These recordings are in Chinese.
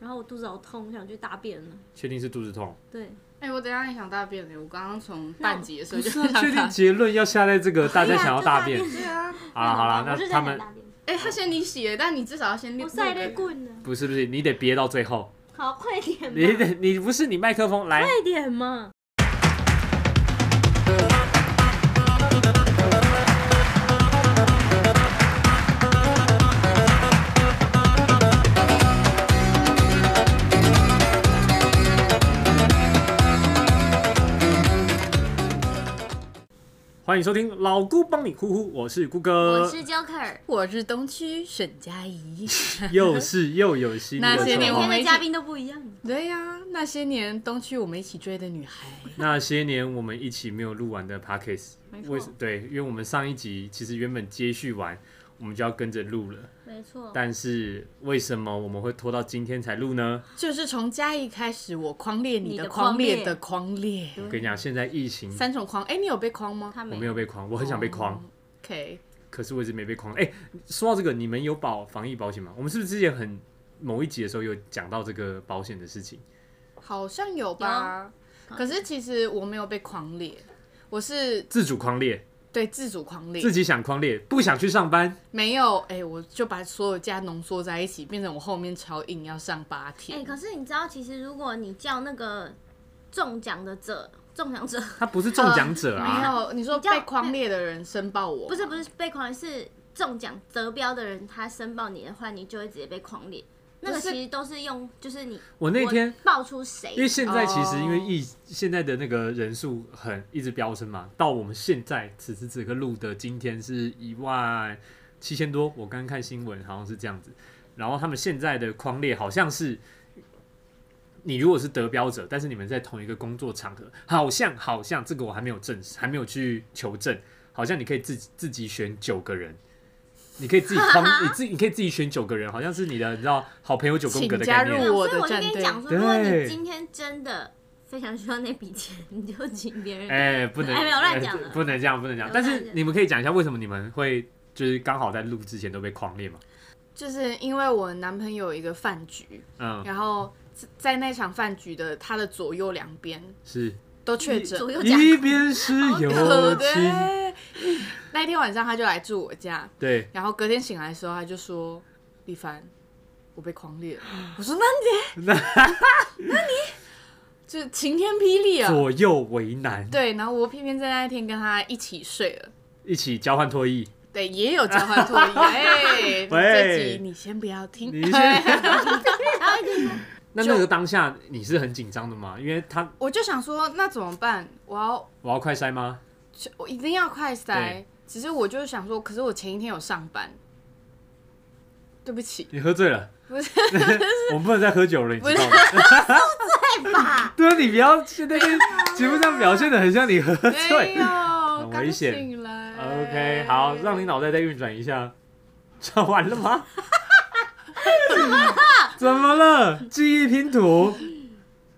然后我肚子好痛，我想去大便了。确定是肚子痛。对，哎、我等一下也想大便了，我刚刚从半截，所以就不是啊确想定大。结论要下在这个大家想要大便。对啊，好了好了，我是在那他想们大便，哎、他嫌你血，但你至少要先我练。塞了棍呢。不是不是，你得憋到最后。好，快点你嘛，嗯得你不是你麦克风来，快点嘛。欢迎收听老姑帮你呼呼，我是姑哥， Joker，我是东区沈佳宜。 又是又有新那的些状年我况们一起宾都不一样。对呀、那些年东区我们一起追的女孩。那些年我们一起没有录完的 podcast，没错为什对，因为我们上一集其实原本接续完，我们就要跟着录了，哦没错，但是为什么我们会拖到今天才录呢？就是从嘉义开始，我框列你你的的框框列列的框列，我跟你讲，现在疫情，三哦种框。哎、你有被框吗？他我没没有被框，我很想被框， OK，可是我一直没被框。哎、说到这个，你们有保防疫保险吗？我们是不是之前很某一集的时候有讲到这个保险的事情？好像有吧。可是其实我没有被框列，我是自主框列，对自主框列自，己想框列，不想去上班，没有哎、我就把所有假浓缩在一起，变成我后面超硬要上八哎、天。可是你知道，其实如果你叫那个中奖的者，中奖者 他不是中奖者哦没啊。有，你说你叫被框列的人申报我，不是不是被狂是中奖得标的人，他申报你的话，你就会直接被狂列。那个不是其实都是用，就是你我那天我爆出因谁，为现在其实因为疫，现在的那个人数很一直飙升嘛，到我们现在此时此刻录的今天是一万七千多，我刚看新闻好像是这样子。然后他们现在的框列好像是，你如果是得标者，但是你们在同一个工作场合，好像好像这个我还没有证实，还没有去求证，好像你可以自己自己选九个人。你可以自己框，你自己你可以自己选九个人，好像是你的，你知道好朋友九宫格的请加概念入。所我以的我就战跟你队讲说，如果对你今天真的非常需要那笔钱，你就请别人。哎、不能，哎没有乱讲哎了不能这样，不能这样。没有乱但讲是你们可以讲一下为什么你们会就是刚好在录之前都被狂列嘛？就是因为我男朋友有一个饭局，嗯，然后在在那场饭局的他的左右两边是都确诊左，右夹一边是友对情，那一天晚上他就来住我家，对，然后隔天醒来的时候他就说：“李凡，我被狂裂了。”我说：“那你，那你，就晴天霹雳啊！”左右为难，对，然后我偏偏在那一天跟他一起睡了。一起交换唾液。对，也有交换脱衣。 哎、这集你先不要 听。你先那那个当下你是很紧张的吗？因为他我就想说，那怎么办？我要，我要快筛吗？我一定要快塞对。只是我就是想说，可是我前一天有上班。对 不起，你喝醉了，不是 我们不能再喝酒了，你知道吗？对吧？ 对，啊你不要在那边节目上表现的很像你喝没醉有。，很刚危险醒来。 OK，好，让你脑袋再运转一下。转完 了吗？怎么了？记忆拼图，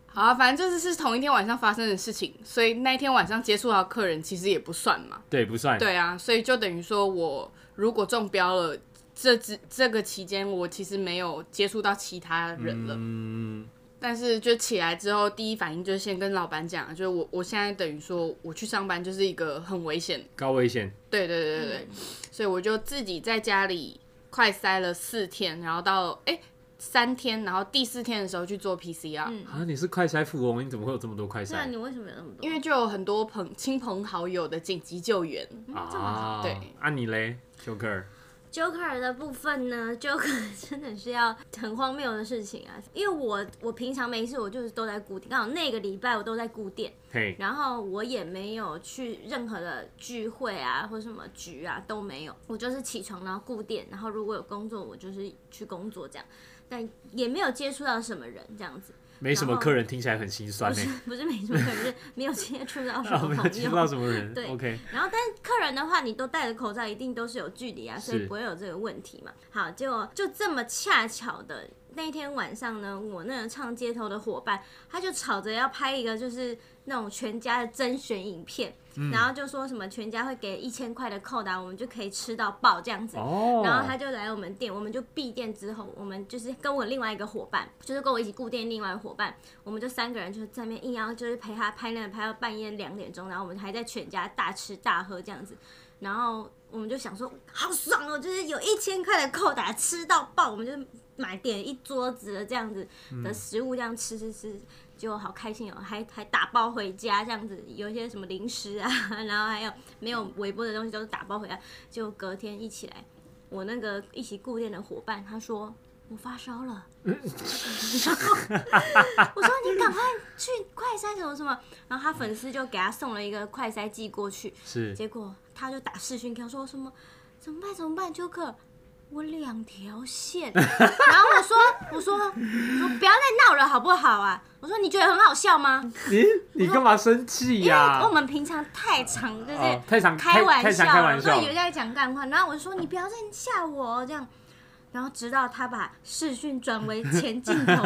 好、啊，反正就是是同一天晚上发生的事情，所以那一天晚上接触到客人其实也不算嘛。对，不算。对啊，所以就等于说我如果中标了，这只这个期间我其实没有接触到其他人了，嗯，但是就起来之后，第一反应就是先跟老板讲，就是我我现在等于说我去上班就是一个很危险，高危险。对对对对对，所以我就自己在家里快塞了四天，然后到哎、三天，然后第四天的时候去做 PCR，、嗯啊，你是快筛富翁，你怎么会有这么多快对啊，筛你为什么有那么多？因为就有很多朋亲朋好友的紧急救援，这么好对啊你嘞，Joker， Joker 的部分呢，Joker 真的是要很荒谬的事情啊，因为我我平常没事，我就是都在顾店，刚好那个礼拜我都在顾店，嘿，然后我也没有去任何的聚会啊或什么局啊都没有，我就是起床然后顾店，然后如果有工作我就是去工作这样，但也没有接触到什么人这样子，没什么客人，听起来很心酸不呢是。不是没什么客人，是没有接触到什啊，么 没有朋接触到友。什么人。对 OK，然后，但是客人的话，你都戴着口罩，一定都是有距离啊，所以是不会有这个问题嘛。好，结果就这么恰巧的那一天晚上呢，我那个唱街头的伙伴，他就吵着要拍一个就是那种全家的甄选影片，嗯然后就说什么全家会给一千块的扣打，我们就可以吃到爆这样子。哦，然后他就来我们店，我们就闭店之后，我们就是跟我另外一个伙伴，就是跟我一起顾店另外一个伙伴，我们就三个人就是在那边硬要就是陪他拍那个拍到半夜两点钟，然后我们还在全家大吃大喝这样子，然后我们就想说好爽哦，就是有一千块的扣打吃到爆，我们就买点一桌子的这样子的食物，这样吃吃吃。就好开心哦，还还打包回家这样子，有一些什么零食啊， 然后还有没有微波的东西都是打包回家，就隔天一起来，我那个一起顾店的伙伴，他说我发烧了，然后我说你赶快去快筛什么什么，然后他粉丝就给他送了一个快筛寄过去，是结果他就打视讯给我说什么怎么办怎么办，纠克。我两条线，然后我说我说我说不要再闹了好不好啊？我说你觉得很好笑吗？你你干嘛生气因为呀？我们平常太常就是、哦太常开玩太笑，常开玩然笑后，有在讲干话，然后我就说你不要再吓我哦这样，然后直到他把视讯转为前镜头，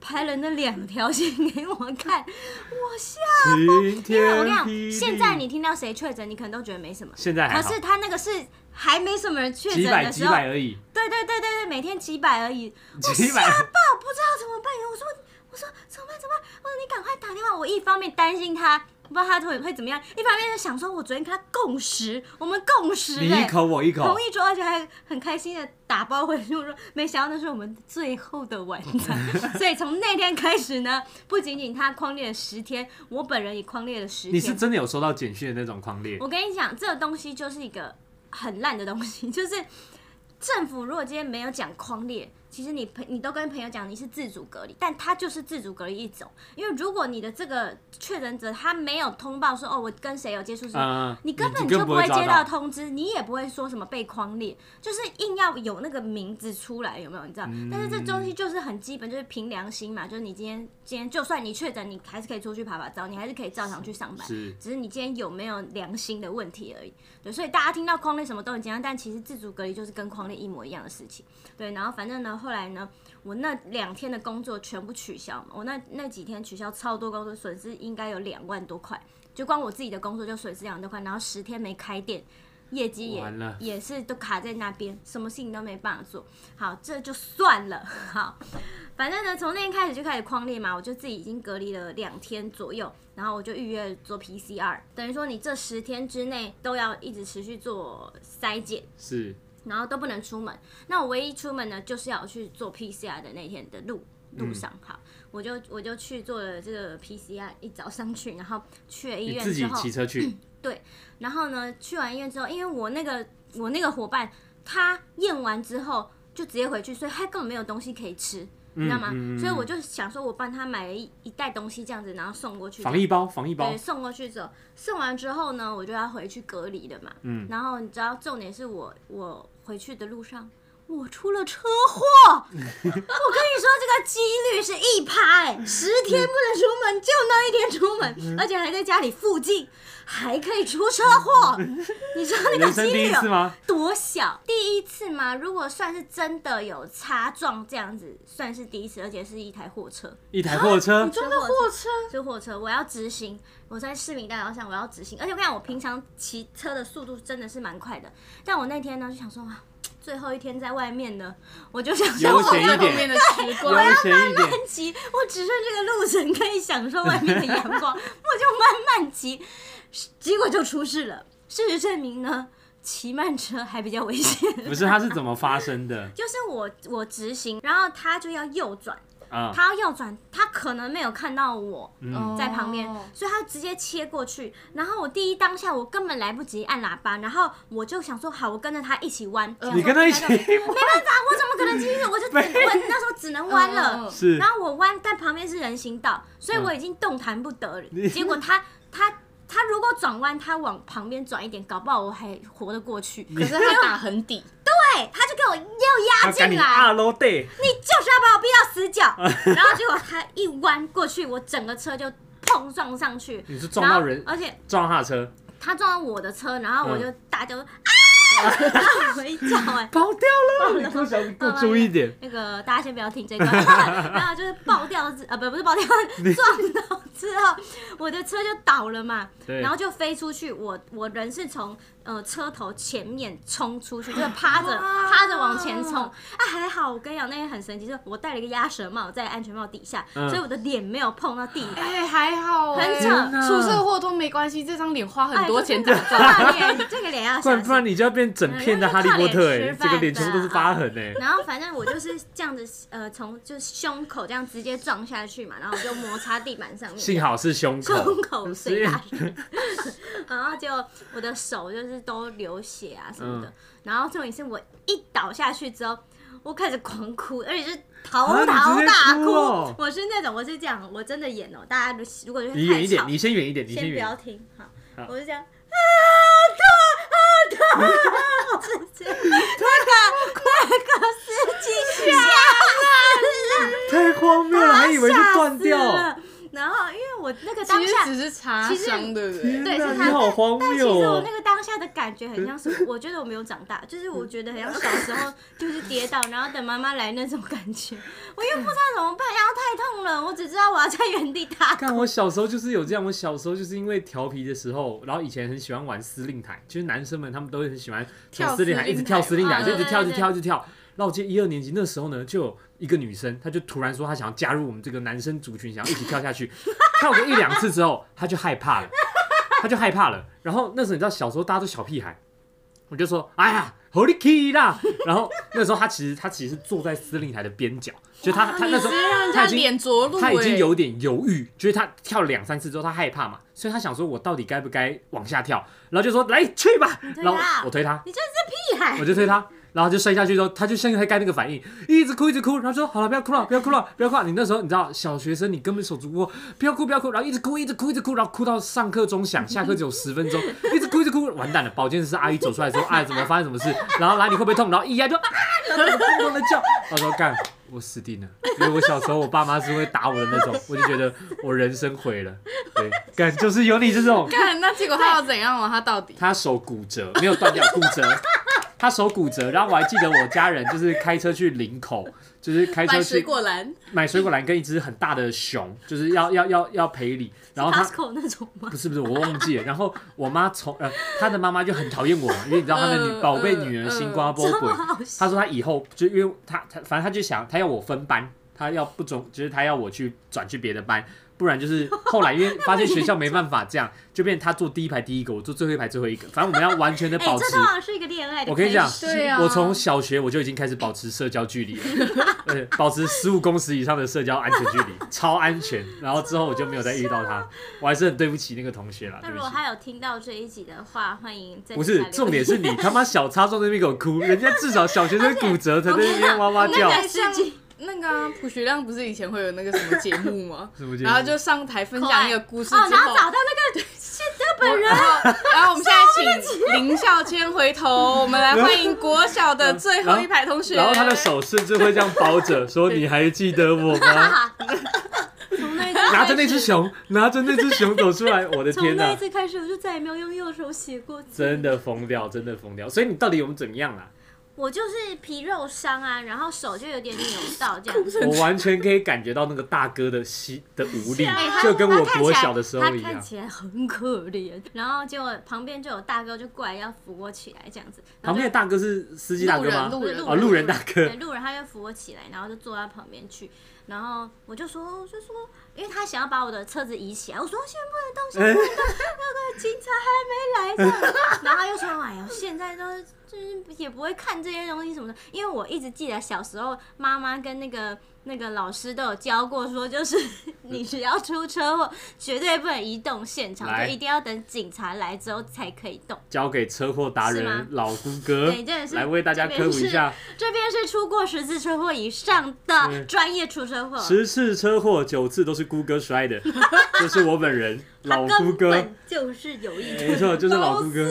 拍了那两条线给我 看，我吓，晴因天为我跟你霹雳讲，现在你听到谁确诊，你可能都觉得没什么，现在还可好是他那个是还没什么人确诊几百的几时候，百而已，对对对对对，每天几百而已，我几吓百爆，不知道怎么办。我说我说怎么办怎么办？我说你赶快打电话。我一方面担心他，不知道他会会怎么样，一方面就想说，我昨天跟他共食，我们共食、你欸一口我一口同，一桌，而且还很开心的打包回去。我说， 没想到那是我们最后的晚餐。 所以从那天开始呢，不仅仅他框列了十天，我本人也框列了十你是天。真的有收到简讯的那种狂烈，我跟你讲，这个东西就是一个很烂的东西， 就是政府如果今天没有讲框列，其实你朋你都跟朋友讲你是自主隔离，但他就是自主隔离一种。因为如果你的这个确诊者他没有通报说哦，我跟谁有接触是嗯，你根本你就更不不会会接抓到到通知，你也不会说什么被框列，就是硬要有那个名字出来，有没有？你知道？但是这东西就是很基本，就是凭良心嘛，就是你今天今天就算你确诊，你还是可以出去爬爬照，你还是可以照常去上班。是只是你今天有没有良心的问题而已，对，所以大家听到框列什么都很简单，但其实自主隔离就是跟框列一模一样的事情，对。然后反正呢，后来呢，我那两天的工作全部取消嘛，我那那几天取消超多工作，损失应该有两万多块，就光我自己的工作就损失两万多块，然后十天没开店，业绩也完了也是都卡在那边，什么事情都没办法做。好， 这就算了，好。反正呢，从那天开始就开始框列嘛，我就自己已经隔离了两天左右，然后我就预约做 PCR，等于说你这十天之内都要一直持续做筛检，是，然后都不能出门。那我唯一出门呢，就是要去做 PCR 的那天的路路上，嗯好，我就我就去做了这个 PCR，一早上去，然后去了医你院自之己后，骑 车去，然后呢，去完医院之后，因为我那个我那个伙伴他验完之后就直接回去，所以他根本没有东西可以吃，你知道吗？嗯嗯嗯所以我就想说，我帮他买了一一袋东西这样子，然后送过去。防疫包，防疫包对，，送过去之后，送完之后呢，我就要回去隔离了嘛。嗯然后你知道，重点是我我回去的路上，我出了车祸。 我跟你说，这个几率是一趴、哎，十天不能出门，就那一天出嗯门，而且还在家里附近，还可以出车祸。你知道那个嗯人几生第率一有次吗？多小？第一次嘛，如果算是真的有擦撞这样子，算是第一次，而且是一台货车。一台货车真真的的货货车，是火车，我要执行。我在市民大道上，我要执行。而且我跟你讲，我平常骑车的速度真的是蛮快的，但我那天呢就想说啊，最后一天在外面呢，我就想说悠我闲一要点后面的时悠光， 闲一点，慢骑，我只剩这个路程可以享受外面的阳光，我 就慢慢骑，结果就出事了。事实证明呢，骑慢车还比较危险。 不是它是怎么发生的就是我我直行，然后他就要右转，啊？他要右转，他可能没有看到我，嗯，在旁边，哦所以他直接切过去。然后我第一当下我根本来不及按喇叭，然后我就想说好，我跟着他一起弯。嗯想你说跟他一起没办法，我怎么可能继续？我就只 我那时候只能弯嗯嗯了。嗯是然后我弯，但旁边是人行道，所以嗯我已经动弹不得了。你结果他他他如果转弯，他往旁边转一点，搞不好我还活得过去。可是他打很底，对，他就给我又压嗯他赶进紧来，二楼 day，你就是要把我逼到死角。 然后结果他一弯过去，我整个车就碰撞上去。你是撞到人然后，而且撞到他的车，他撞到我的车，然后我就大叫说、 啊，我一叫哎、跑掉了，你够小，你够注意一点， 啊 那个大家先不要听这个，然后就是爆掉，呃，不不是爆掉，撞到之后，我的车就倒了嘛，对然后就飞出去。我我人是从呃车头前面冲出去，就是趴着啊趴着往前冲。啊，还好我跟你讲，那天很神奇，就是我戴了一个鸭舌帽在安全帽底下，嗯所以我的脸没有碰到地板。哎、还好、很哎扯天哪出车祸都没关系，这张脸花很多钱打哎的，造。这个脸这个脸要不小然不心。 然你就要变整片的嗯哈利波特哎、因为就这靠个脸脸吃全部都是饭啊疤痕哎、然后反正我就是这样子，呃，从就是胸口这样直接撞下去嘛，然后我就摩擦地板上面。幸好是胸 口，胸口碎大是血， 然后就我的手就是都流血啊什么的。嗯然后重点是我一倒下去之后，我开始狂哭，而且是嚎啊你啕直接大哭哦我是那种，我是这样，我真的演哦。大家如如果就是你太远一点，吵你先远一点，你先不远要一点。听，好，好我就这样。啊，好痛，好 痛！直接那个那个司机 吓死了，太荒谬了，还以为是断掉。吓死了。然后因为我那个当其实下只是擦其实伤，对不天 对？对哪是你他好荒但其谬实我哦那！个当下的感觉很像什 么？我觉得我没有长大，就是我觉得很像小时候就是跌倒，然后等妈妈来那种感觉。我又不知道怎么办，然后太痛了，我只知道我要在原地 打看我小时候就是有这样，我小时候就是因为调皮的时候，然后以前很喜欢玩司令台，就是男生们他们都会很喜欢从跳司令台司令一直台哦跳司令台，嘛就一直对跳，一对直跳，一直跳。然后我记得一二年级那时候呢，就有一个女生，她就突然说她想要加入我们这个男生族群，想要一起跳下去。 跳个一两次之后，她就害怕了，她就害怕了。然后那时候你知道，小时候大家都小屁孩，我就说：“哎呀，Holy Key 啦！”然后那时候她其实她其实是坐在司令台的边角，就她她你那时直候接让人他家已经脸着陆、哎他已经有点犹豫，就是他跳两三次之后，他害怕嘛，所以他想说，我到底该不该往下跳？然后就说来去吧，推然他啊后我推他，屁孩我。就推他，然后就摔下去之后，他就像他该那个反应，一直哭一直哭，然后说好了，不要哭了，不要哭了，不要哭了。你那时候你知道小学生，你根本手足无措，不要哭不要哭，然后一直哭一直哭一直哭，然后哭到上课钟响，下课只有十分钟，一直哭一直哭，完蛋了。保健室阿姨走出来说，哎，怎么发生什么事？然后来你会不会痛？然后一压就啊，然后疯狂的叫，我说干。我死定了，因为我小时候我爸妈是会打我的那种，我就觉得我人生毁了。对，干就是有你这种，看那结果他要怎样啊？他到底他手骨折，没有断掉，骨 折。他手骨折，然后我还记得我家人就是开车去林口，就是开车买去水果篮，买水果篮跟一只很大的熊，就是要要要要赔礼，然后他 Costco 那种吗不？是不是，我忘记了。然后我妈从呃，她的妈妈就很讨厌我嘛，因为你知道她的女嗯宝贝嗯女儿嗯心瓜波这鬼么，好笑她说她以后就因为她她反正她就想她要我分班，她要不准就是她要我去转去别的班，不然就是后来因为发现学校没办法这样，就变成她坐第一排第一个，我坐最后一排最后一个，反正我们要完全的哎、保持这。通常是一个恋爱的。我跟你讲，对啊我从小学我就已经开始保持社交距离了，对，保持十五公尺以上的社交安全距 离，超安全。然后之后我就没有再遇到他，我还是很对不起那个同学啦，那对如不果起。他有听到这一集的话，欢迎在不底是下，留重点是你他妈小插座那边给我哭，人家至少小学生骨折才 在那边哇哇那叫？个，哎像那个啊朴学亮不是以前会有那个什么节目吗 是不是？然后就上台分享一个故事之哦，然后后，找到那 个现在本人然后，然后我们现在请林孝谦回头，我们来欢迎国小的最后一排同 学。然后他的手甚至会这样包着，说你还记得我 吗？啊，从 那一次拿开着那只始熊，拿着那只熊走出来，我的天从 哪、那一次开始，我就再也没有用右手写过字。真的疯掉，真的疯掉。所以你到底我们怎 么样啦、啊我就是皮肉伤啊，然后手就有点扭到这样。我完全可以感觉到那个大哥的膝的无力哎，他就跟他我看国起来小的时候一他看样。起来很可怜。然后结果旁边就有大哥就过来要扶我起来这样子，然旁后就边的大哥是司机大哥吗？路人哦路人大哥对，路人他就扶我起来，然后就坐到旁边去，然后我就说，我就说，因为他想要把我的车子移起来，我说现在不能动，现在不能动，那个警察还没来这样，然后他就说，哎呦，现在都是就是也不会看这些东西什么的，因为我一直记得小时候妈妈跟那个。那个老师都有教过，说就是 你只要出车祸，绝对不能移动现场，来就一定要等警察来之后才可以动。交给车祸达是吗人老姑哥对真的是来为大家科普一下：这边是出过十次车祸以上的嗯专业出车祸，十次车祸九次都是姑哥摔 的，就是我本人他老姑根哥，本就是有意没图。错，就是老姑哥。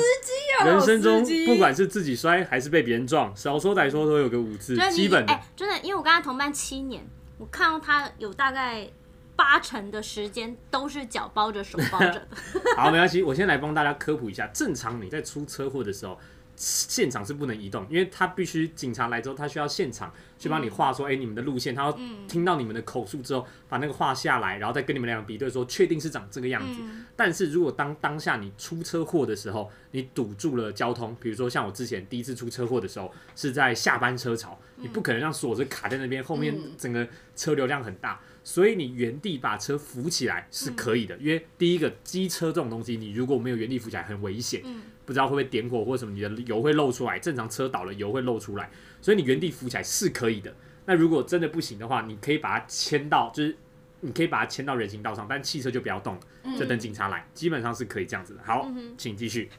老人生中司机不管是自己摔还是被别人撞，少说歹说都有个五次就是，基你本哎、的。真的，因为我跟他同班七年，我看到他有大概八成的时间都是脚 包着手包着的， 好，没关系，我先来帮大家科普一下，正常你在出车祸的时候。现场是不能移动，因为他必须警察来之后，他需要现场去帮你画说，哎、你们的路线，他要听到你们的口述之后，把那个画下来，然后再跟你们两个比对说，确定是长这个样子。但是如果当当下你出车祸的时候，你堵住了交通，比如说像我之前第一次出车祸的时候，是在下班车潮，你不可能让所有车卡在那边，后面整个车流量很大。所以你原地把车扶起来是可以的，嗯因为第一个机车这种东西，你如果没有原地扶起来很危险，嗯不知道会不会点火或什么，你的油会漏出来，正常车倒了油会漏出来，所以你原地扶起来是可以的。那如果真的不行的话，你可以把它牵到，就是你可以把它牵到人行道上，但汽车就不要动了，嗯就等警察来，基本上是可以这样子的。好，请继续。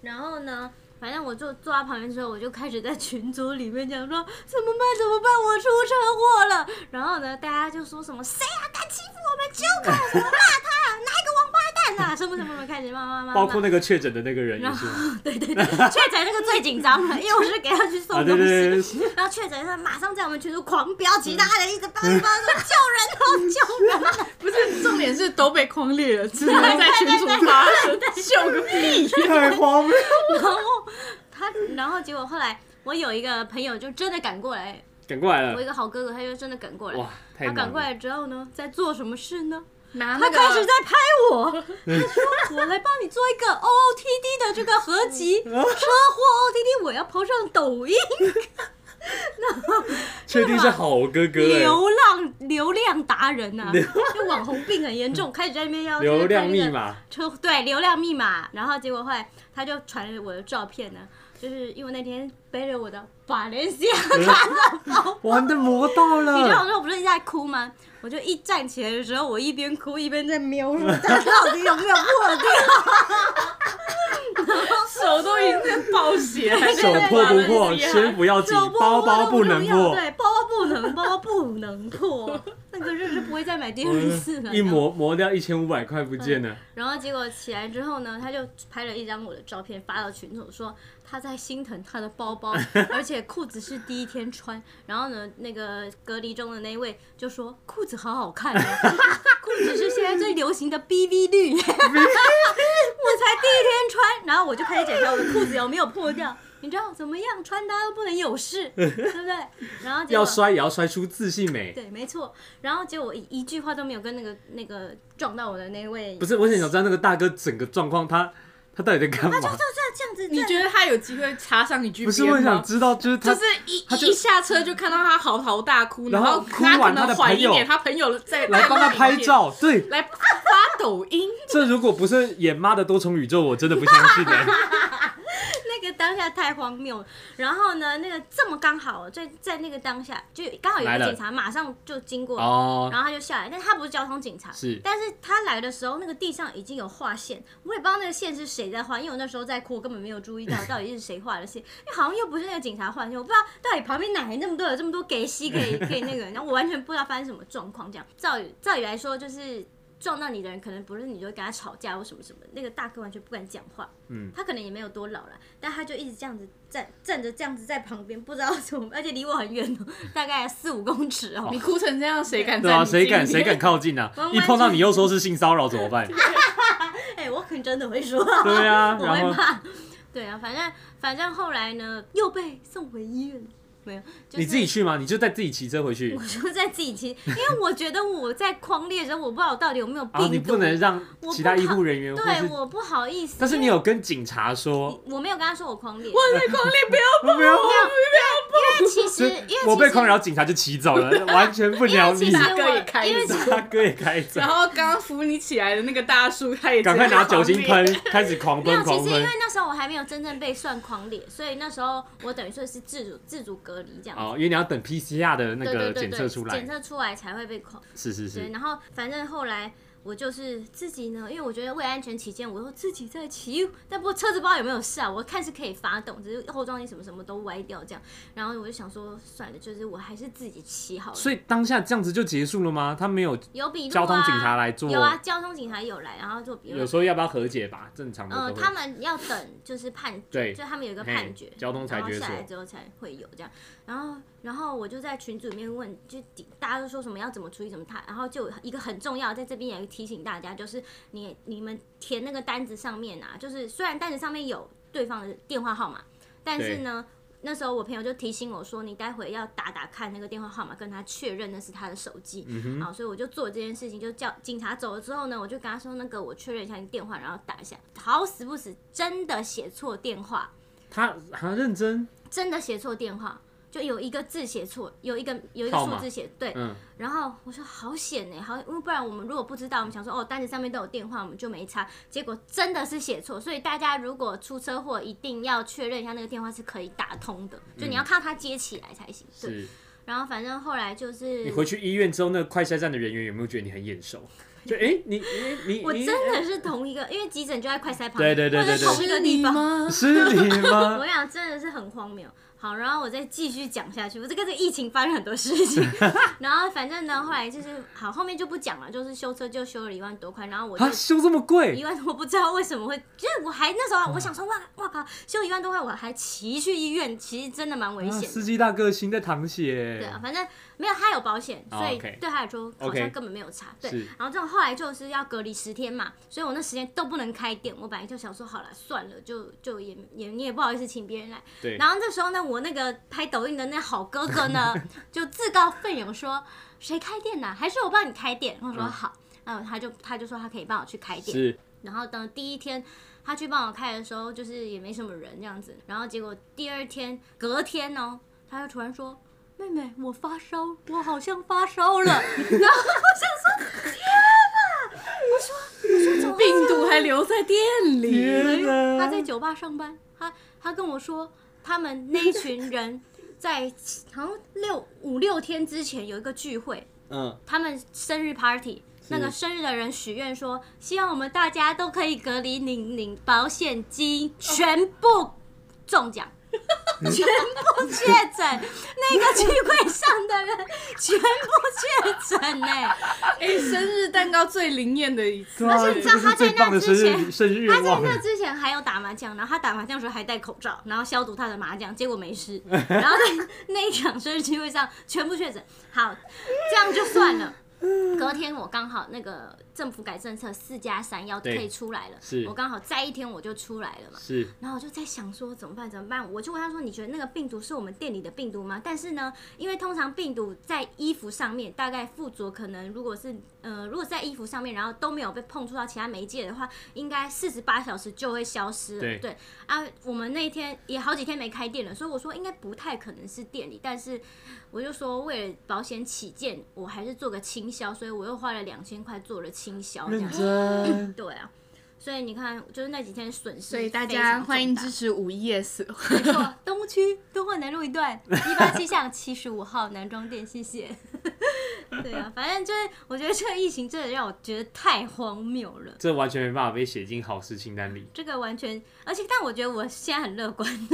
然后呢，反正我就坐在旁边之后，我就开始在群组里面讲说怎么办怎么办，我出车祸了。然后呢，大家就说什么谁啊敢欺负我们 j o k 我骂他， 哪一个王八蛋啊，什么什么什么，开始骂骂骂骂。包括那个确诊的那个人也是，对对对，确诊那个最紧张了，因为我是给他去送啊东对西，对 对，然后确诊他马上在我们群组狂飙，其他人一直叭叭叭说救人哦啊救人哦，不是重点是都被框列了，只能在群主发生，秀个屁！太荒谬。然后他然后结果后来我有一个朋友就真的赶过来，赶过来我一了，个好哥哥他就真的赶过来，嗯哇，他太难赶过了。来之后呢，在做什么事呢？他拿那开始个在拍 我，他说：“我来帮你做一个 OOTD 的这个合 集，嗯车祸 OOTD，我要 PO 上抖音，确定是好哥哥、欸，流浪流量达人呐、啊，就网红病很严 重，开始在那边要流量密，码。车对流量密码，然后结果后来他就传了我的照片呢，就是因为那天背着我的法莲西亚嗯玩的魔到哦你知道我了，说我不是一直在哭吗？我就一站起来的时候，我一边哭一边在瞄乳它到底有没有破掉。 手都已经在爆血，还手破不破，先不要急手，包包不不能要破，对，包包不能，包包不能破， 那个真是不会再买第二次了。嗯一磨磨掉一千五百块不见了，然后结果起来之后呢，他就拍了一张我的照片发到群组，说他在心疼他的包 包，而且裤子是第一天穿。然后呢，那个隔离中的那一位就说裤子好好看、哦， 裤子是现在最流行的 BV 绿，我才第一天穿，然后我就开始检查我的裤子有没有破掉。你知道怎么样穿搭都不能有 事，对不对？然后结要果。摔也要摔出自信美。对，没错。然后结果我一一句话都没有跟那个那个撞到我的那位不是，我想想知道那个大哥整个状况，他他到底在干嘛？那 这样子，你这觉得他有机会插上一句不是，边我想吗？知道，就是他就是一他就一下车就看到他嚎啕大哭，然后后哭他可完他的能缓朋一友点，他朋友再来帮他拍，照。对，来发抖音，这如果不是演妈的多重宇宙，我真的不相 信哎。那个当下太荒谬了。然后呢，那个这么刚好，在在那个当下，就刚好有来一了个警察马上就经过，哦，然后他就下来，但是他不是交通警察，是但是他来的时候，那个地上已经有画线，我也不知道那个线是谁在画，因为我那时候在哭，我根本没有注意到 到底是谁画的线，因为好像又不是那个警察画的线，我不知道到底旁边哪来那么多有这么多给息给给那个人，然后我完全不知道发生什么状况。这样，照理照理来说，就是撞到你的人可能不是你，就会跟他吵架或什么什么，那个大哥完全不敢讲话，嗯，他可能也没有多老了，但他就一直这样子站站着这样子在旁边，不知道怎么，而且离我很远哦，大概四五公尺哦。你哭成这样，谁敢对站啊，你谁近敢一谁点敢靠近啊完？完一碰到你又说是性骚扰怎 么办？哎、我可能真的会说，对啊，我然会后怕。对啊，反正反正后来呢，又被送回医院了。没有，就是、你自己去吗？你就带自己骑车回去我就在自己骑，因为我觉得我在框列的时候，我不知道我到底有没有病毒。啊！你不能让我其不他医怕护人员或对，是我不好意思。但是你因为有跟警察说，我没有跟他说我框列，哇，那光力不要不要，因为其实是因为其实我被狂扰，警察就骑走 了，完全不鸟其你实。 大哥也我开因为其实大哥也开走然，后刚刚扶你起来的那个大叔，他也赶快直接拿酒狂精烈喷，，开始狂没有，喷其狂实因喷为。那时候我还没有真正被算狂列，所以那时候我等于说是自主自主隔离这样子。哦，因为你要等 PCR 的那对个对对检测对，出检来，测出来才会被狂。是是对，是，然后反正后来我就是自己呢，因为我觉得为了安全起见，我又自己在骑，但不过车子不知道有没有事啊，我看是可以发动，只是后装镜什么什么都歪掉这样。然后我就想说，算了，就是我还是自己骑好了。所以当下这样子就结束了吗？他没有有笔录啊，交通警察来做，有啊，交通警察有来，然后做笔录有。时候要不要和解吧？正常的嗯、都会他们要等就是判对就他们有一个嘿判决，交通裁然后决下所来之后才会有这样。然后，然后我就在群组里面问，就底大家都说什么要怎么处理怎么谈，然后就有一个很重要，在这边也提醒大家，就是你你们填那个单子上面啊，就是虽然单子上面有对方的电话号码。但是呢，那时候我朋友就提醒我说，你待会要打打看那个电话号码，跟他确认那是他的手机。嗯好，所以我就做这件事情，就叫警察走了之后呢，我就跟他说，那个我确认一下你电话，然后打一下。好死不死，真的写错电话，他很认真，真的写错电话。就有一个字写错，有一个有一个号数码字写对，嗯，然后我说好险欸呢，好，因为不然我们如果不知道，我们想说哦单子上面都有电话，我们就没查，结果真的是写错。所以大家如果出车祸，一定要确认一下那个电话是可以打通的，就你要看到他接起来才行。对，嗯是。然后反正后来就是你回去医院之后，那个快筛站的人员有没有觉得你很眼熟？就哎、诶你你你我你真的是同一个，因为急诊就在快塞旁对边，对对对对或者是同一个地方。吗？是你我吗？想真的是很荒谬。好，然后我再继续讲下去。我这个这个疫情发生很多事 情，然后反正呢，后来就是好，后面就不讲了，就是修车就修了一万多块，然后我就啊，修这么一贵，万，我不知道为什么会，就是我还那时嗯候我想说，哇哇靠，修一万多块，我还骑去医院，其实真的蛮危啊险的。司机大哥心在淌血。对啊，反正没有他有保险，哦所以 OK 对他来说好 OK 像根本没有差。是对，然后这种后来就是要隔离十天嘛，所以我那时间都不能开店。我本来就想说好了，算了，就就也也你也不好意思请别人来。对然后这时候呢，我那个拍抖音的那好哥哥 呢，就自告奋勇说：“谁开店呐、还是我帮你开店？”我说：“嗯好。”然后他就他就说他可以帮我去开店。是然后等第一天他去帮我开的时候，就是也没什么人这样子。然后结果第二天隔天哦，他就突然说：“妹妹，我发烧，我好像发烧了。”然后我想说：“天哪！”我说：“我说怎么会病毒还留在店里， 天啊哪！他在酒吧上班，他他跟我说，他们那一群人在好像六五六天之前有一个聚会，嗯，他们生日 party，那个生日的人许愿说，希望我们大家都可以隔离领领保险金，全部中奖。全部确诊，那个聚会上的人全部确诊呢、欸哎、生日蛋糕最灵验的一次，对啊而且你知道这是他在最棒那的之生前日生日他愿在望那之前还有打麻将，然后他打麻将的时候还戴口罩，然后消毒他的麻将，结果没 事。然后在那一场生日聚会上全部确诊，好，这样就算了。隔天我刚好那个政府改政策四加三要对退出来了是，我刚好在一天我就出来了嘛。是然后我就在想说怎么办怎么办？我就问他说：“你觉得那个病毒是我们店里的病毒吗？”但是呢，因为通常病毒在衣服上面大概附着，可能如果是呃如果在衣服上面，然后都没有被碰触到其他媒介的话，应该四十八小时就会消失了。对啊，我们那一天也好几天没开店了，所以我说应该不太可能是店里，但是我就说为了保险起见，我还是做个清销，所以我又花了两千块做了清销。这认样真。对啊。所以你看，就是那几天损失非常重大，所以大家欢迎支持五一 S，没错，东区敦化南路一段一八七巷七十五号南庄店，谢谢。对啊，反正就是我觉得这个疫情真的让我觉得太荒谬了。这完全没办法被写进好事清单里。这个完全，而且但我觉得我现在很乐观，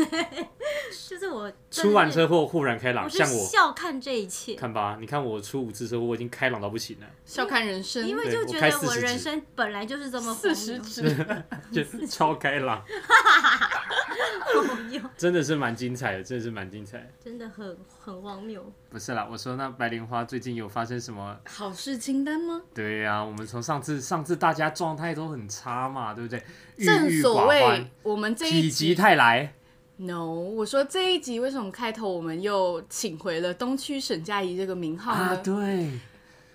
就是我真的是出完车祸豁然开我朗，是像我笑看这一切，看吧，你看我出五次车祸，我已经开朗到不 行了， 笑看人生，因为对就我觉开得40我只人生本来就是这么荒四十谬只，就超开朗，荒谬，真的是蛮精彩的，真的是蛮精彩的。真的很很荒谬。不是啦，我说那白莲花最近有发生什么？ 好事清单吗？对呀、我们从上次上次大家状态都很差嘛，对不对？郁正郁所寡谓欢，我们这一否极集泰来， ，no，我说这一集为什么开头我们又请回了东区沈佳宜这个名号啊，呢？对，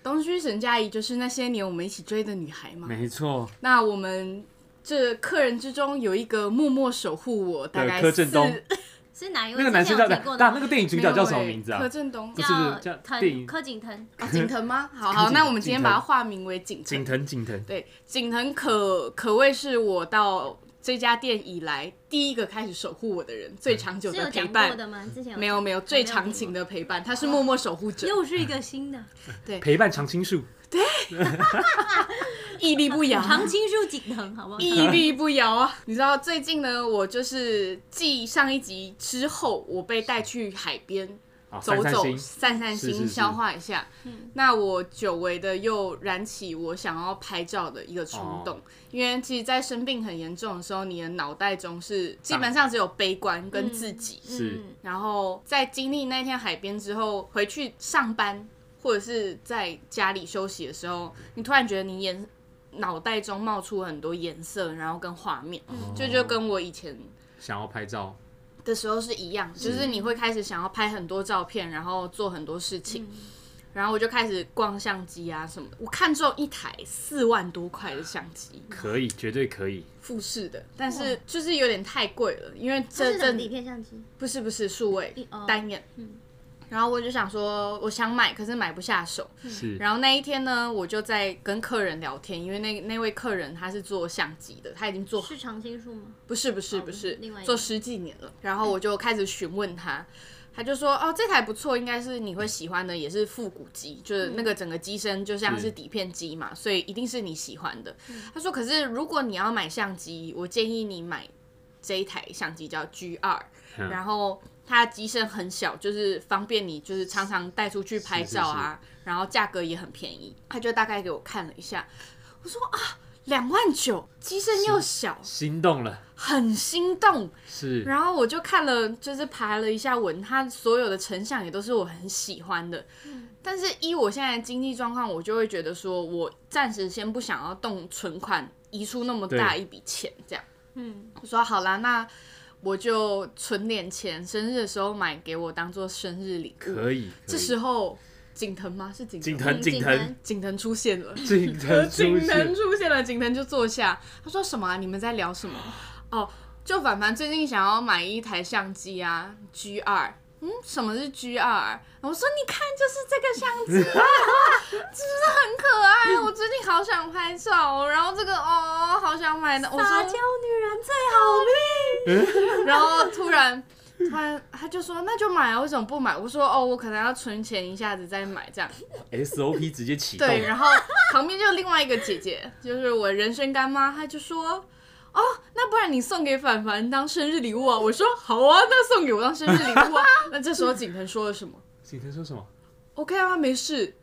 东区沈佳宜就是那些年我们一起追的女孩嘛。没错，那我们这客人之中有一个默默守护我，大概柯震东四是哪一位？那个男之生前叫有提过大的吗那个电影主没角有叫什么欸名字啊柯？震东不是不是叫叫电影柯景腾，啊，景腾吗？好柯好，景那我们今天景腾把它化名为景腾景。腾，景腾，对，景腾可可谓是我到这家店以来第一个开始守护我的人，最长久是有的陪讲过伴。的吗？之前没有没有，最长情的陪伴，他是默默守护者，又是一个新的哎陪伴常青树，屹立不摇，常青树景腾，好不好？屹立不摇啊！你知道最近呢，我就是继上一集之后，我被带去海边啊，走散走、心，散散是是心、是消化一下。那我久违的又燃起我想要拍照的一个冲动，哦因为其实，在生病很严重的时候，你的脑袋中是基本上只有悲观跟自己。是嗯然后在经历那天海边之后，回去上班或者是在家里休息的时候，你突然觉得你眼脑袋中冒出很多颜色，然后跟画面，这就跟我以前想要拍照，的时候是一样的，就是你会开始想要拍很多照片，然后做很多事情。嗯然后我就开始逛相机啊什么的，我看中一台四万多块的相机，可以，绝对可以。富士的，但是就是有点太贵了，因为这是什么阵底片相机？不是不是数位哦单眼，然后我就想说我想买，可是买不下手。嗯是，然后那一天呢，我就在跟客人聊天，因为那那位客人他是做相机的，他已经做是常青树吗？不是不是不是另外一个做十几年了，然后我就开始询问他。他就说：“哦，这台不错，应该是你会喜欢的，也是复古机，就是那个整个机身就像是是底片机嗯嘛，所以一定是你喜欢的。他说：“可是如果你要买相机，我建议你买这一台相机叫 G 二、嗯然后它的机身很小，就是方便你就是常常带出去拍照啊，然后价格也很便宜。”他就大概给我看了一下，我说：“啊，两万九，机身又小，心动了，很心动。”是，然后我就看了，就是爬了一下文，它所有的成像也都是我很喜欢的。但是依我现在的经济状况，我就会觉得说，我暂时先不想要动存款，移出那么大对一笔钱，这样。嗯，我说好啦，那我就存点钱，生日的时候买给我当做生日礼物。可以。这时候景腾吗？是景嗯景腾，腾吗景景腾腾，景腾出现了。景 腾出景腾现，出现了，景腾就坐下，他说什么、啊？你们在聊什么？哦，就凡凡最近想要买一台相机啊，G 二。嗯，什么是 G 二？我说你看，就是这个相机啊， 是不是很可爱？啊我最近好想拍照哦，然后这个哦，好想买的。我撒说娇女人最好命。然后突然，突然他就说那就买啊，为什么不买？我说哦，我可能要存钱，一下子再买这样。 SOP 直接启动，对，然后旁边就有另外一个姐姐，就是我人生干妈，她就说。哦，那不然你送给凡凡当生日礼物啊？我说好啊，那送给我当生日礼物啊。 那这时候景腾说了什么景腾说什么？ ？OK 啊，没事。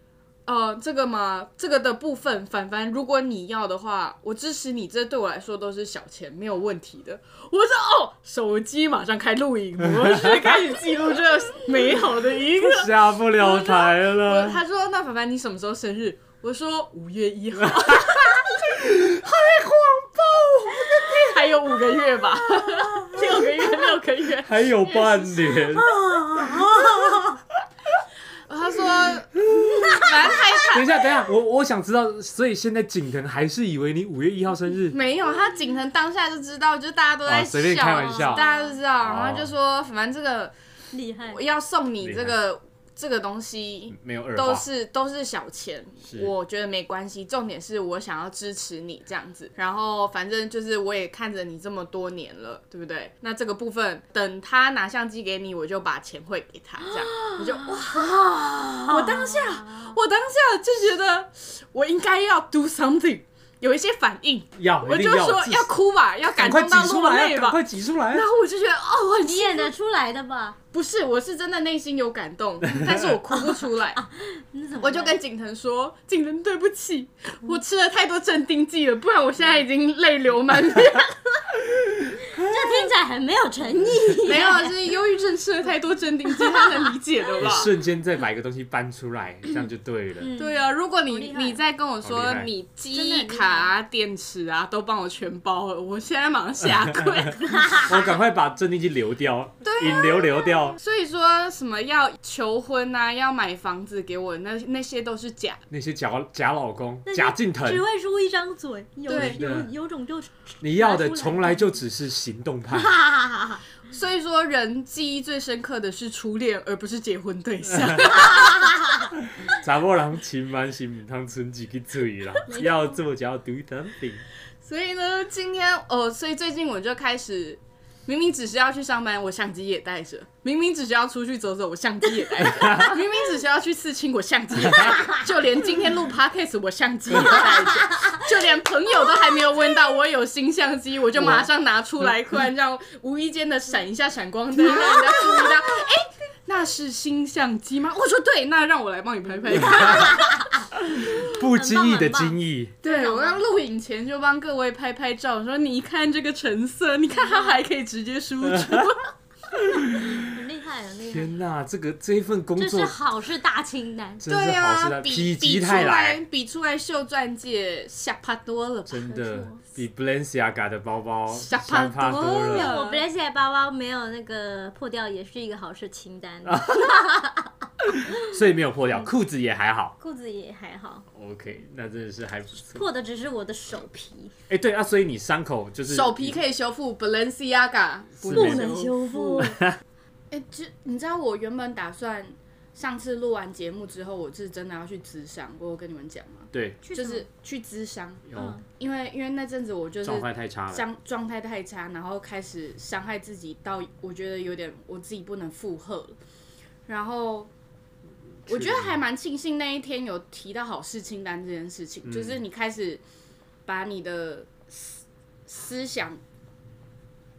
呃，这个嘛，这个的部分，凡凡，如果你要的话，我支持你，这对我来说都是小钱，没有问题的。我说哦，手机马上开录影模式，开始记录这美好的一刻。下不了台我了，他说：“那凡凡，你什么时候生日？”我说：“五月一号。”太谎报，还有五个月吧，六个月，六个月。还有半 年，他说：“反正他等一下，等一下，我我想知道，所以现在景腾还是以为你五月一号生日，没有，他景腾当下就知道，就大家都在啊笑，随便开玩笑大家都知道，然后就说：‘反正这个厉害我要送你这个这个东西，没有二都话，是都是小钱，是我觉得没关系。重点是我想要支持你这样子，然后反正就是我也看着你这么多年了，对不对？那这个部分等他拿相机给你，我就把钱汇给他，这样 我就哇，我当下我当下就觉得我应该要 do something，有一些反应，要，我哦一就定说挤要哭吧，要赶感快动到挤出落来泪啊，赶吧。快挤出来啊然，后我就觉得哦，我很你演得出来的吧？不是，我是真的内心有感动，但是我哭不出来。你啊怎么办？嗯我就跟景腾说：“景腾，对不起，我吃了太多镇定剂了，不然我现在已经泪流 满面。这听起来很没有诚 意。没有，是忧郁症吃了太多镇定剂，他能理解的你 吧？瞬间再把一个东西搬出 来，这样就对嗯了。对啊，如果你好厉害你再跟我好说厉害你记真的忆很厉害卡啊、电池啊都帮我全包了，我现在马上下跪。我赶快把镇定剂流掉，啊引流流掉， 所以说什么要求婚啊，要买房子给我，那那些都是假的。那些假假老公、那就假敬腾，只会出一张嘴，有对有有种就你要拿的出来从来就只是行 动派。哈哈哈哈！所以说，人记忆最深刻的是初恋，而不是结婚对象。查某人情万是唔通存自己嘴啦，要做就要 do something。所以呢，今天哦，所以最近我就开始，明明只是要去上班，我相机也带着；明明只是要出去走走，我相机也带着；明明只是要去刺青，我相机也带着；就连今天录 podcast，我相机也带着；就连朋友都还没有问到我有新相机，我就马上拿出来，突然这样无意间的闪一下闪光灯，让人家注意到，哎、那是新相机吗？我说对，那让我来帮你拍拍看。不经意的惊异，对，我刚录影前就帮各位拍拍 照，啊说你看这个成色，你看它还可以直接输出。很厉害。害，很厉害。天哪，这个这一份工就是作好事大清单，真是好事啊，大，比否比极出泰来，比出来秀钻戒吓怕多了吧？真没的错比 Balenciaga 的包包吓吓怕怕多多了了。我 b l a z e 包包没有那个破掉，也是一个好事清单。啊所以没有破掉，裤子也还好。裤子也还好， OK，那真的是还不错。破的只是我的手皮，哎、对啊，所以你伤口就是手皮可以修复，Balenciaga 不不没能修复。 哎、这你知道我原本打算上次录完节目之后，我是真的要去咨商，我有跟你们讲吗？对，就就是去咨商，有因为因为那阵子我嗯就是状态太差了。状状态太差，然后开始伤害自己，到我觉得有点我自己不能负荷了。然后我觉得还蛮庆幸那一天有提到好事清单这件事嗯情，就是你开始把你的思思想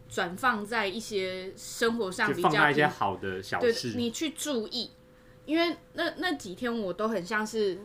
转放在一些生活上就比放较大一些影好的小对，事，你去注意，因为那那几天我都很像是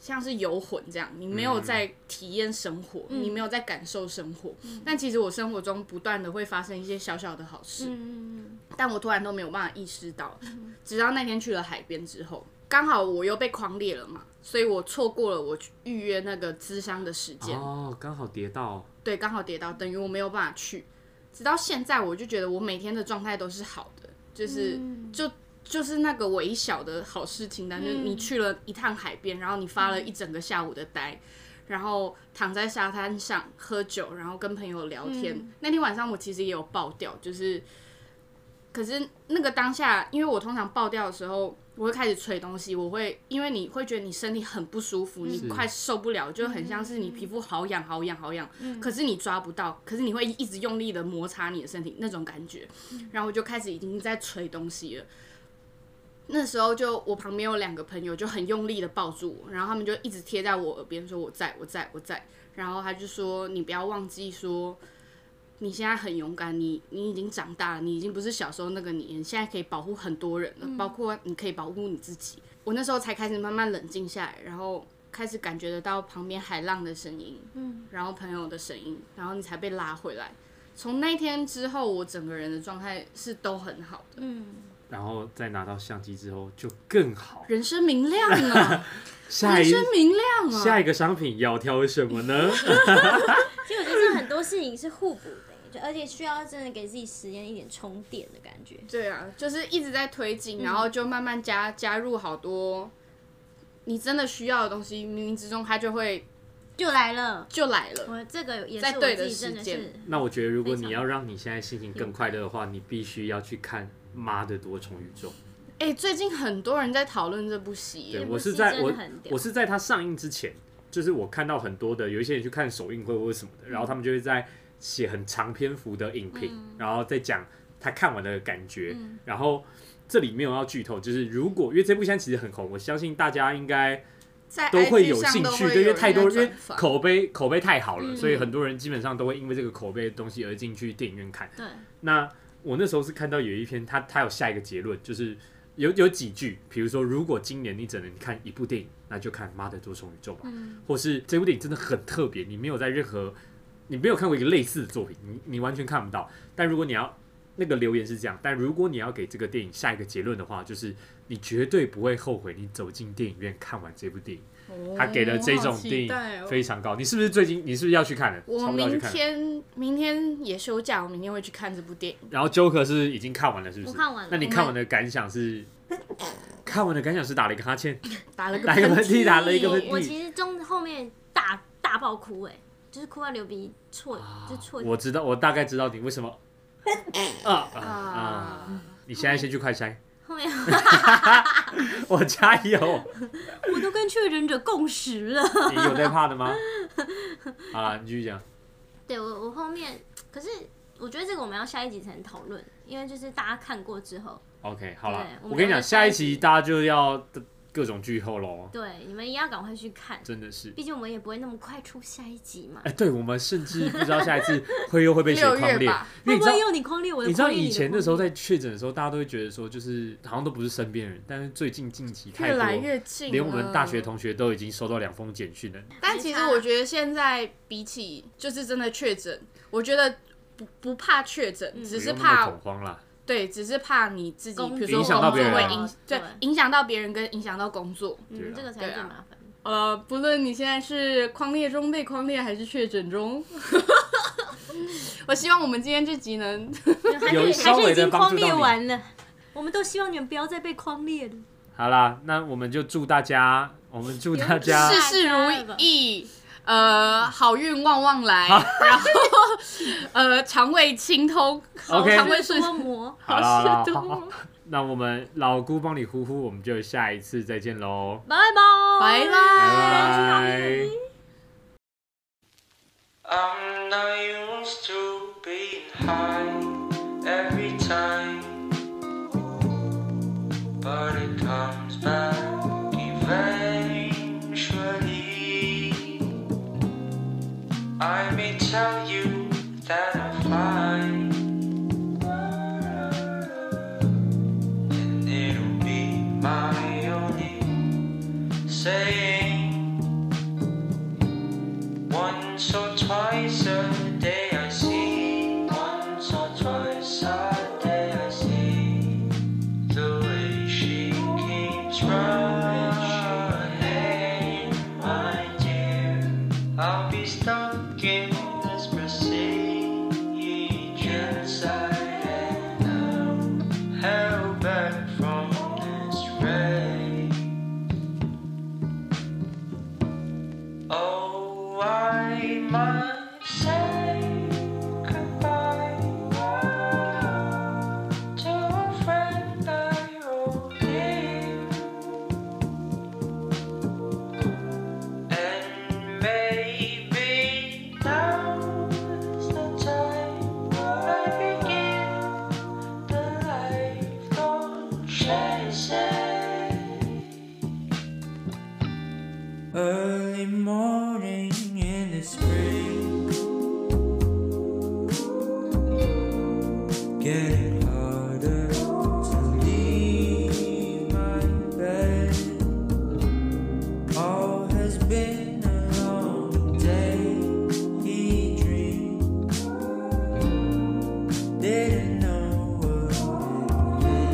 像是游魂这样，你没有在体验生活，你没有在感受生活。但其实我生活中不断的会发生一些小小的好事，嗯，但我突然都没有办法意识到，直到那天去了海边之后，刚好我又被狂裂了嘛，所以我错过了我去预约那个咨商的时间。哦，刚好跌到，对，刚好跌倒，等于我没有办法去。直到现在，我就觉得我每天的状态都是好的，就是、就就是那个微小的好事情单，就是你去了一趟海边，然后你发了一整个下午的呆，然后躺在沙滩上喝酒，然后跟朋友聊天。那天晚上我其实也有爆掉，就是。可是那个当下，因为我通常爆掉的时候，我会开始捶东西，我会因为你会觉得你身体很不舒服，你快受不了，就很像是你皮肤好痒好痒好痒，可是你抓不到，可是你会一直用力的摩擦你的身体那种感觉，然后我就开始已经在捶东西了。那时候就我旁边有两个朋友就很用力的抱住我，然后他们就一直贴在我耳边说我在我在我在，然后他就说你不要忘记说你现在很勇敢，你你已经长大了，你已经不是小时候那个你，你现在可以保护很多人了，包括你可以保护你自己。我那时候才开始慢慢冷静下来，然后开始感觉得到旁边海浪的声音，嗯，然后朋友的声音，然后你才被拉回来。从那天之后，我整个人的状态是都很好嗯的，然后再拿到相机之后就更好。人生明亮啊，下人一生明亮啊。下一个商品要挑什么 呢？其实我觉得这很多事情是互补的，欸就而且需要真的给自己时间一点充电的感觉。对啊，就是一直在推进，然后就慢慢加加入好多你真的需要的东西，冥冥之中它就会就来了，就来了。我这个也在是我对自的己真的时间是那我觉得，如果非你常要让你现在心情更快乐的话，你必须要去看《妈的多重宇宙》。哎、最近很多人在讨论这部戏对耶，部我是戏在真的我很屌我是在它上映之前，就是我看到很多的有一些人去看首映会或者什么的，然后他们就会在写很长篇幅的影评，嗯然后再讲他看完的感觉，然后。这里没有要剧透，就是如果因为这部现在其实很红，我相信大家应该在都会 IG 有上兴都趣，会对，因为有人太多，因在为转发口碑口碑太好了，啊嗯所以很多人基本上都会因为这个口碑的东西而进去电影院看。对，嗯那我那时候是看到有一篇，他他有下一个结论，就是有有几句，比如说，如果今年你只能看一部电影，那就看《妈的多重宇宙》吧，嗯或是这部电影真的很特别，你没有在任何你没有看过一个类似的作品，你你完全看不到。但如果你要那个留言是这样，但如果你要给这个电影下一个结论的话，就是你绝对不会后悔你走进电影院看完这部电影。哦他给了这种电影非常高，你是不是最近你是不是要去看了？哦我冲到去明看了天明天也休假，我明天会去看这部电影。然后 Joker 是已经看完了，是不是？我看完了那你看完的感想是？看完的感想是打了一个哈欠，打了个打一个喷嚏，打了一个我喷我嚏。其实中后面大大爆哭哎、就是哭到流鼻错，就错。啊我知道，我大概知道你为 什么啊啊啊！啊！你现在先去快筛，后面 我加油！我都跟确诊者共识了。 你有在怕的吗？好了，你继续讲。对我我后面，可是我觉得这个我们要下一集才能讨论，因为就是大家看过之后， OK，好了对，我们我跟你要在讲，下下一一集集大家就要各种剧透喽，对你们一定要赶快去看，真的是。毕竟我们也不会那么快出下一集嘛哎，。对我们甚至不知道下一次会又会被谁六月框列吧，因会为你不知道会用你框列我的你知道框列？以前的的时框候，列在确诊的时候，大家都会觉得说，就是好像都不是身边人，但是最近近期太越多，来越近，连我们大学。同学都已经收到两封简讯了。但其实我觉得现在比起就是真的确诊，我觉得不不怕确诊，只是不用那么怕恐慌啦，对，只是怕你自己，嗯工作比如说影响到工作别人会影，对对，影响到别人跟影响到工作。对嗯，啊这个才对是最啊麻烦。呃，不论你现在是框列中被框列还是确诊中， 我希望我们今天这集能还有是稍还是微已地经帮框助到列你完了，我们都希望你们不要再被框列了。好啦，那我们就祝大家，我们祝大家是 事事如意，呃，好运旺旺来，然后呃，肠胃清通，好 OK 肠肠胃胃顺多膜，好啦啦好事多好那我们老姑帮你呼呼，我们就下一次再见喽，拜拜，拜拜拜。拜。 I'm not used to being high every time, but it comes back eventually. I may tell you that I'm fine, and it'll be my only saying. Once or twice a day I see. Once or twice a day I see. The way she keeps running, my dear. I'll be stuck in this procedure inside and out. Held back from this ray. Oh, I must say goodbye to a friend I hold dear, and maybe now's the time I begin the life of chasing. Early morning in the spring. Getting harder to leave my bed. All has been a long day. He dreamed. Didn't know what it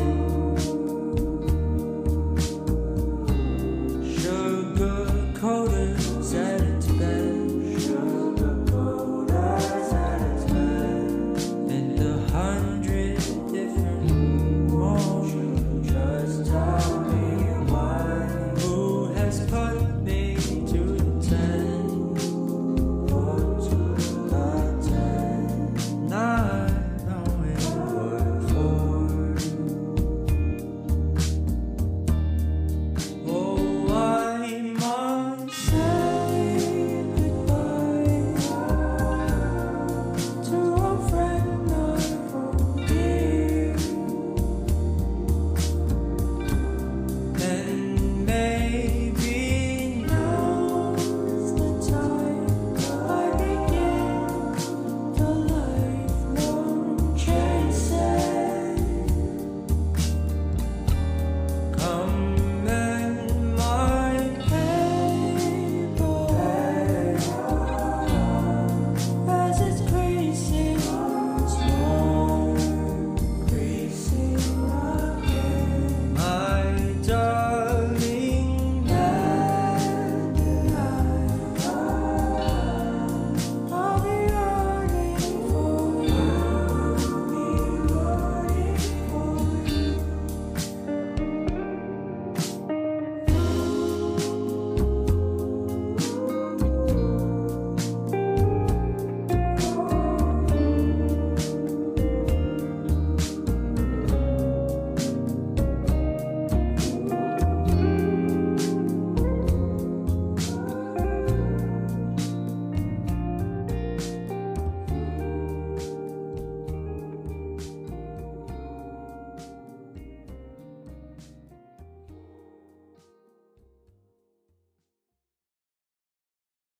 meant. Sugar coaters at its best. Sugar coaters at its best. And a hundred different motions. Just tell me why. Who has put me to the test? Put to the test. Not knowing what for. Oh, I must say